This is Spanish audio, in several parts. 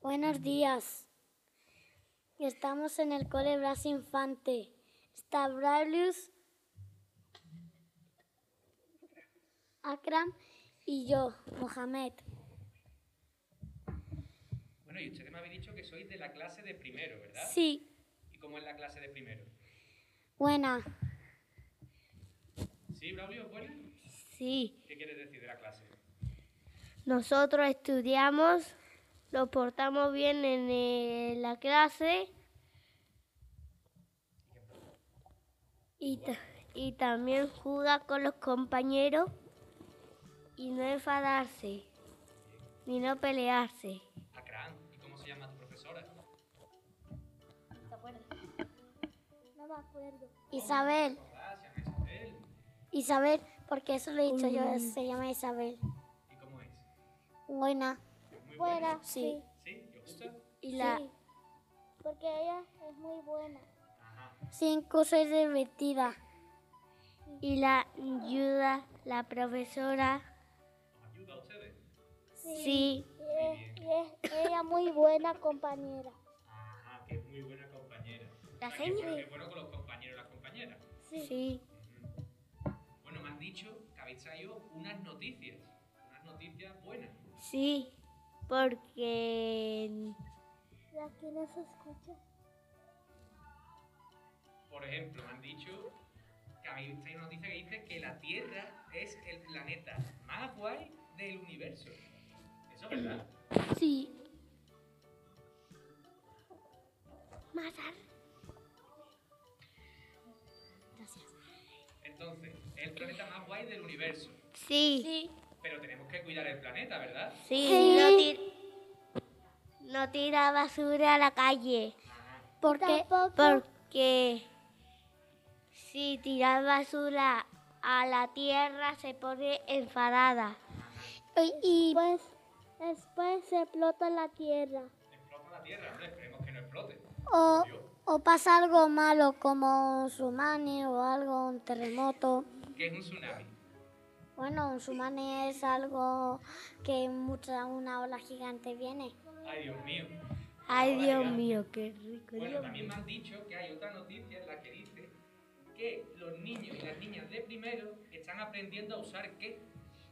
Buenos días. Estamos en el cole Bras Infante. Está Braulius, Akram y yo, Mohamed. Bueno, y ustedes me habéis dicho que sois de la clase de primero, ¿verdad? Sí, ¿Y cómo es la clase de primero? buena. ¿Sí, Braulio? ¿Buena? Sí, ¿Qué quieres decir de la clase? nosotros estudiamos, lo portamos bien en eh, la clase y, ta- y también jugar con los compañeros y no enfadarse ni no pelearse. Acran. ¿Y cómo se llama tu profesora? Isabel, Ah, se llama Isabel. Isabel, porque eso lo he dicho yo, se llama Isabel. ¿Y cómo es? Buena. Muy Buena, sí. ¿Sí? ¿Te gusta? Y la Porque ella es muy buena. Ajá. cinco soy divertida. Y la ayuda, la profesora, ¿Os ayuda a ustedes? sí, Y es, y es ella muy buena compañera. Ajá, Ah, que es muy buena compañera. La Ah, que seña. es bueno- que es bueno con los compañeros y las compañeras. sí, Ujú. Bueno, me han dicho que habéis traído unas noticias. Unas noticias buenas. sí, porque Y aquí no se escucha. Por ejemplo, me han dicho que habéis traído una noticia que dice que la Tierra es el planeta más guay del universo. ¿Eso es verdad? Sí. Entonces, es el planeta más guay del universo. sí. Sí. Pero tenemos que cuidar el planeta, ¿verdad? Sí, Sí. No, ti- no tira basura a la calle. Porque Tampoco Porque si tiras basura a la tierra se pone enfadada. y después, después se explota la tierra. Explota la Tierra, hombre, esperemos que no explote. o, Dios, o pasa algo malo como un tsunami o algo, un terremoto. ¿Qué es un tsunami? Bueno, un tsunami es algo que mucha una ola gigante viene. Ay, Dios mío. Ay, Ahora Dios ya. mío, qué rico. Bueno, Dios también mío. me han dicho que hay otra noticia en la que dice que los niños y las niñas de primero están aprendiendo a usar qué.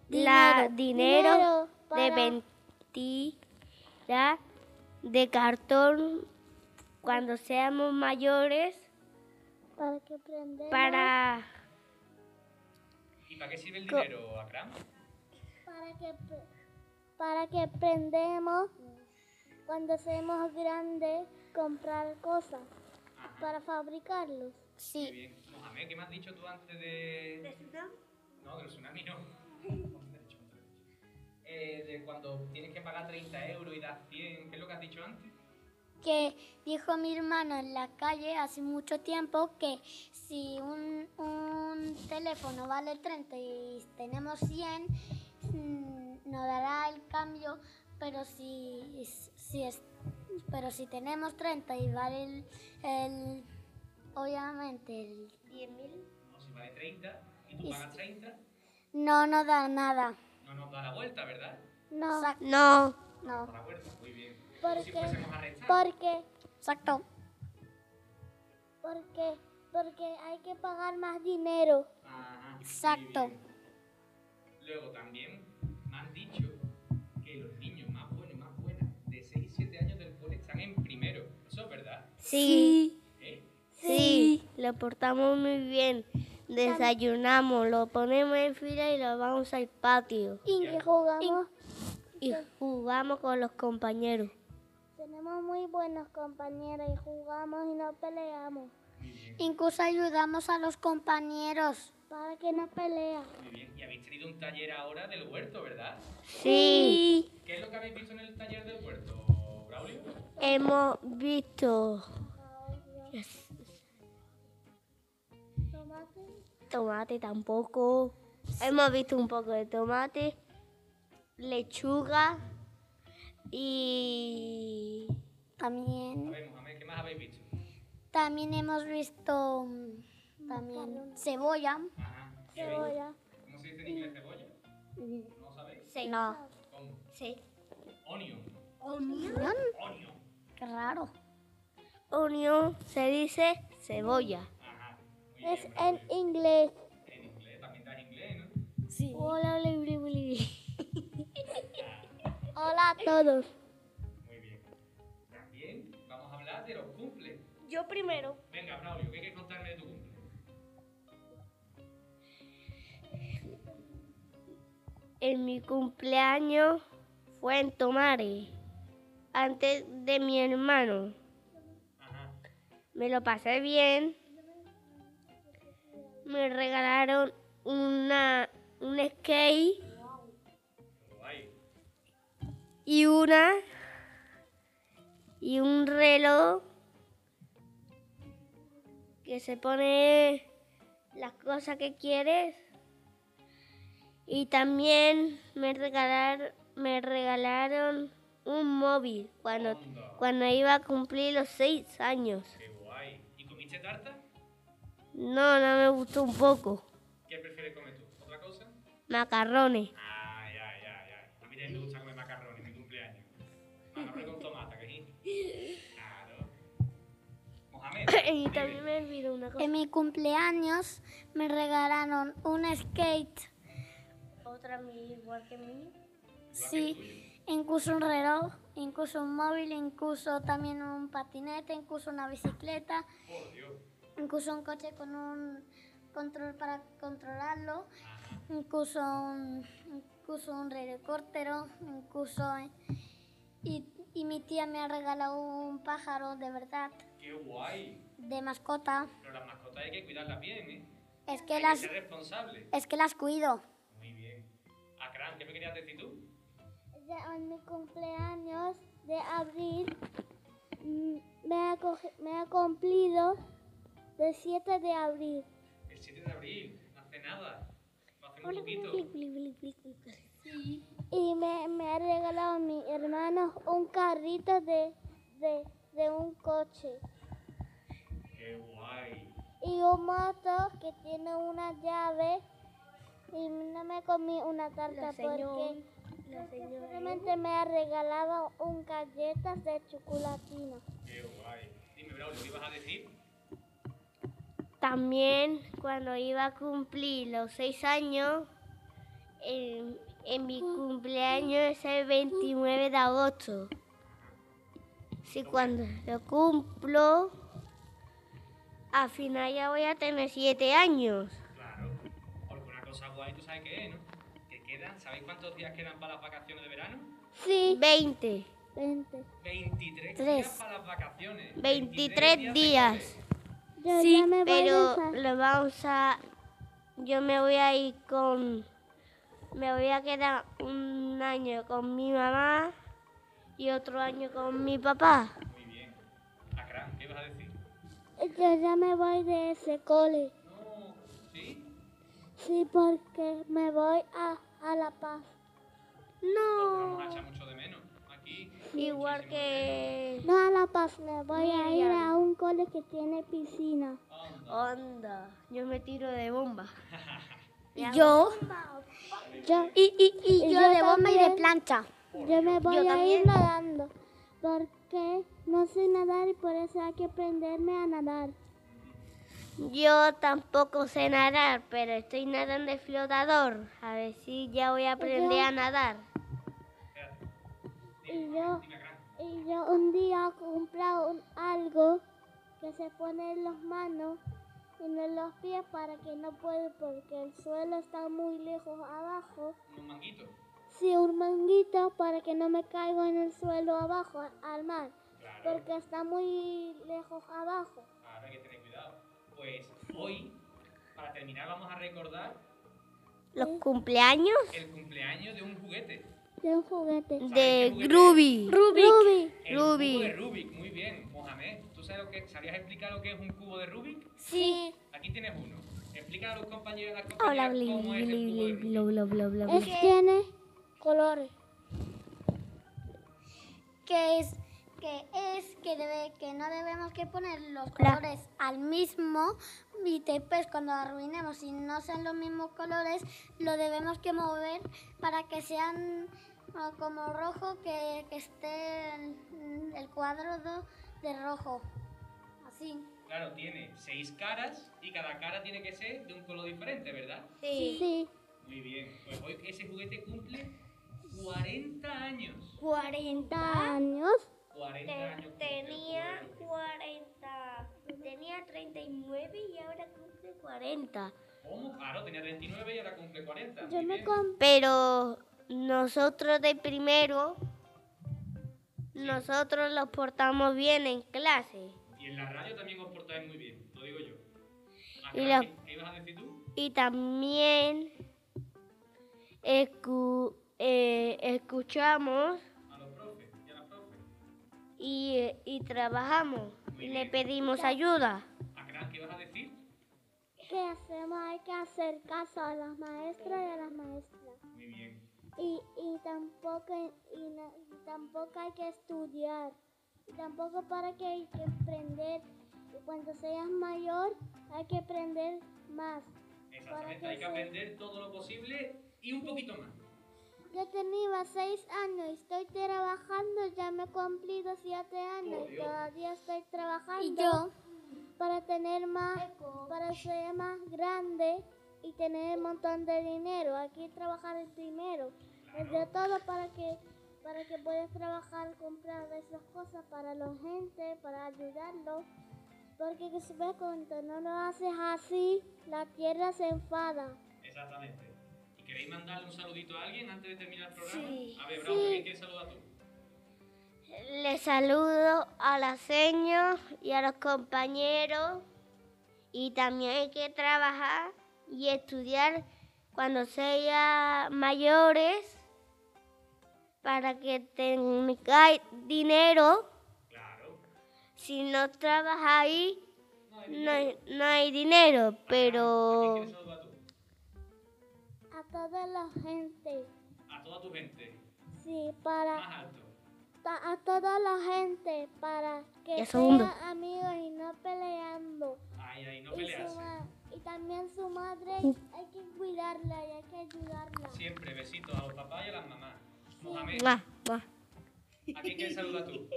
La dinero, Dinero de para- mentira, de cartón, cuando seamos mayores, Para que prendemos. para... ¿Y para qué sirve el Co- dinero, Akram? para que pre- para que prendemos cuando seamos grandes comprar cosas Pues para fabricarlos. Muy Sí, bien. Mohamed, ¿qué me has dicho tú antes de...? No, del tsunami no. Eh, de cuando tienes que pagar 30 euros y das 100, ¿qué es lo que has dicho antes? que dijo mi hermano en la calle hace mucho tiempo que si un, un teléfono vale 30 y tenemos 100, mm, nos dará el cambio, pero si, si es, pero si tenemos 30 y vale el, el- obviamente el 10.000, No, si vale 30 y tú Y pagas 30, no nos da nada. no nos da la vuelta, ¿verdad? No, Exacto. No, No, Da la vuelta, muy bien. Como ¿Por si qué? fuésemos arrestados. porque exacto. porque porque hay que pagar más dinero. Ajá, muy Exacto. bien. Luego también me han dicho que los niños más buenos y más buenas de 6 y 7 años del cole están en primero. Eso es verdad, ¿eh? sí. Sí, lo portamos muy bien. Desayunamos, lo ponemos en fila y lo vamos al patio. Y que jugamos, Y jugamos con los compañeros. tenemos muy buenos compañeros y jugamos y no peleamos. Incluso ayudamos a los compañeros. Para que no pelea. Muy bien. Y habéis tenido un taller ahora del huerto, ¿verdad? Sí, ¿Qué es lo que habéis visto en el taller del huerto, Braulio? hemos visto Tomate, tomate tampoco. Hemos visto un poco de tomate, lechuga y... A También, ver, Mohamed, ¿qué más habéis visto? también hemos visto mm, también cebolla. Ajá. ¿qué habéis- cebolla, ¿Cómo se dice en inglés cebolla? ¿No sabéis? No, ¿Cómo? Onion. Onion. Onion. Qué raro. Unión se dice cebolla. Ajá. Muy Es bien, en bravo. inglés. En inglés, también das inglés, ¿no? Sí. Hola, bli, bli, bli. Hola a todos. Muy bien. También vamos a hablar de los cumples. Yo primero. Venga, Braulio, ¿qué quieres contarme de tu cumple? En mi cumpleaños fue en Tomare, antes de mi hermano. Ajá. Me lo pasé bien. Me regalaron una, un skate Guay. y una y un reloj que se pone las cosas que quieres y también me regalaron me regalaron un móvil cuando Onda. cuando iba a cumplir los seis años Qué guay. ¿Y comiste tarta? no no me gustó un poco ¿Qué prefieres comer tú? ¿Otra cosa? macarrones Ay, ay, ay, ay. A mí también me gusta comer macarrones en mi cumpleaños. Macarrones con tomate, ¿qué Claro. Mohamed. y dime. también me olvidó una cosa En mi cumpleaños me regalaron un skate. otra igual que mí Sí, incluso un reloj, incluso un móvil, incluso también un patinete, incluso una bicicleta, Por Dios. incluso un coche con un control para controlarlo, incluso un, incluso un helicóptero, incluso... Y, y mi tía me ha regalado un pájaro de verdad, Qué guay. de mascota. Pero las mascotas hay que cuidarlas bien, ¿eh? Es que Hay que las, ser responsable. es que las cuido. Muy bien. Akram, ¿qué me querías decir tú? Ya en mi cumpleaños de abril mm, me ha, cogi- me ha cumplido de 7 de abril. El 7 de abril, no hace nada. Va a hacer un poquito. Y me, me ha regalado mi hermano un carrito de, de, de un coche Qué guay. y un moto que tiene una llave. Y no me comí una tarta ¿eh? porque simplemente me ha regalado un galletas de chocolatina. Qué guay. Dime, Braulio, ¿qué ibas a decir? También cuando iba a cumplir los seis años, en, en mi cumpleaños es el 29 de agosto. Si cuando lo cumplo, al final ya voy a tener siete años. Claro. Porque una cosa guay, tú sabes qué es, ¿no? Que quedan, ¿sabéis cuántos días quedan para las vacaciones de verano? Sí, 20. vente. 23 días Tres. para las vacaciones. 23 días. señores. Yo Sí, ya me voy pero a esa- lo vamos a... Yo me voy a ir con... Me voy a quedar un año con mi mamá y otro año con mi papá. Muy bien. Akram, ¿qué ibas a decir? Yo ya me voy de ese cole. No. ¿Sí? Sí, porque me voy a, a La Paz. Porque vamos a No. echar mucho de menos. Aquí. Igual muchísimo de menos. que... No a La Paz, me voy a ir Miriam. a un cole que tiene piscina. Anda. Onda. Yo me tiro de bomba. Y yo, Yo, y, y, y Y yo yo de bomba y de también. plancha. yo me voy Yo a también. ir nadando. Porque no sé nadar y por eso hay que aprenderme a nadar. Yo tampoco sé nadar, pero estoy nadando de flotador. A ver si ya voy a aprender a nadar. Espérate. Y yo, Dime, Akram. y yo un día he comprado un- algo que se pone en las manos y no en los pies para que no pueda porque el suelo está muy lejos abajo. Unos manguitos. Sí, un manguito para que no me caiga en el suelo abajo al mar, Claro. porque está muy lejos abajo. Ahora hay que tener cuidado. Pues hoy, para terminar, vamos a recordar ¿Los cumpleaños? el cumpleaños de un juguete. De un juguete. De juguete? Groovy. Ruby, El cubo Rubik. de Rubik, muy bien, Mohamed. ¿Tú sabes lo que, sabías explicar lo que es un cubo de Rubik? Sí. Aquí tienes uno. Explica a los compañeros y a las Hola, compañeras bli, cómo bli, es el cubo de bli, Rubik. bli, bla, bla, bla, bla. es, tiene colores. que es que es que debe que no debemos que poner los Claro. colores al mismo y después cuando arruinemos y no sean los mismos colores lo debemos que mover para que sean o como rojo que, que esté el, el cuadro do- de rojo. Así. Claro, tiene seis caras y cada cara tiene que ser de un color diferente, ¿verdad? Sí. Sí. Muy bien. Pues hoy ese juguete cumple 40 años. 40. Años. 40 años. Te- cumple el tenía juguete. 40. Tenía 39 y ahora cumple 40. ¿Cómo? Claro, tenía 39 y ahora cumple 40. Yo Muy me bien. compré Pero nosotros de primero, nosotros los portamos bien en clase. Y en la radio también os portáis muy bien, lo digo yo. Ajá, Y la- ¿qué- ¿Qué ibas a decir tú? Y también escu- eh, escuchamos A los profes y a las profes. y, eh, y trabajamos. Muy Y le bien. pedimos ayuda. ¿A Cran qué ibas a decir? que hacemos, hay que hacer caso a las maestras y a las maestras. Muy bien. Y, y tampoco y na- y tampoco hay que estudiar. Y tampoco para que hay que aprender. Y cuando seas mayor hay que aprender más. Exactamente, que hay que se- aprender todo lo posible y un poquito más. Yo tenía seis años y estoy trabajando, ya me he cumplido siete años Por y Dios. todavía estoy trabajando. Y yo. Para tener más, para ser más grande y tener un montón de dinero. Aquí trabajar el primero. Es de todo para que para que puedas trabajar, comprar esas cosas para la gente, para ayudarlo. Porque que se ve cuando no lo haces así, la tierra se enfada. Exactamente. ¿Y queréis mandarle un saludito a alguien antes de terminar el programa? Sí. A ver, Bravo, Sí. ¿quién quieres saludar tú? Les saludo a las señas y a los compañeros. Y también hay que trabajar y estudiar cuando sea mayores para que tengáis dinero. Claro. Si no trabajáis, No, hay no, dinero. hay- no hay dinero. ¿A quién Pero quieres saludar tú? A toda la gente. A toda tu gente. Sí, para Más alto. ta- a toda la gente para que Ya segundo. sean amigos y no peleando. Ay, ay, no y, su peleas. ma- y también su madre hay que cuidarla y hay que ayudarla. Siempre besitos a los papás y a las mamás. Mohamed, Mua, mua. ¿a quién quieres saludar tú?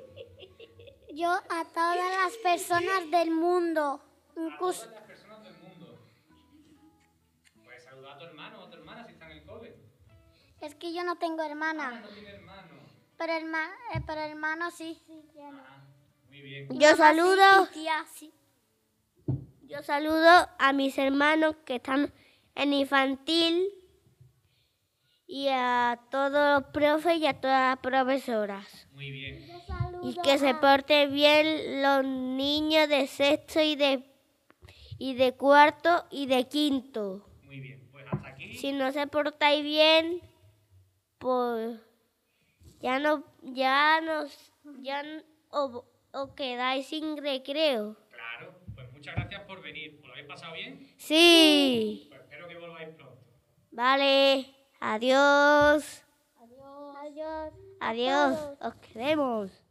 Yo a todas las personas del mundo, Ah, A todas incluso las personas del mundo. Puedes saludar a tu hermano o a tu hermana si están en el cole. es que yo no tengo Ah, hermana, no tiene hermano. pero, herma- eh, pero hermano sí. Sí, tiene. Ah, muy bien. Mi mamá Yo sí, saludo. mi tía sí. Yo saludo a mis hermanos que están en infantil y a todos los profes y a todas las profesoras. Muy bien. Yo saludo Y que se a- porten bien los niños de sexto y de, y de cuarto y de quinto. Muy bien. Pues hasta aquí. Si no se portáis bien, pues ya no, ya nos, ya n- o- os quedáis sin recreo. Claro. Pues muchas gracias por venir. ¿Os lo habéis pasado bien? Sí. Pues espero que volváis pronto. Vale, adiós. Adiós. Adiós, os queremos.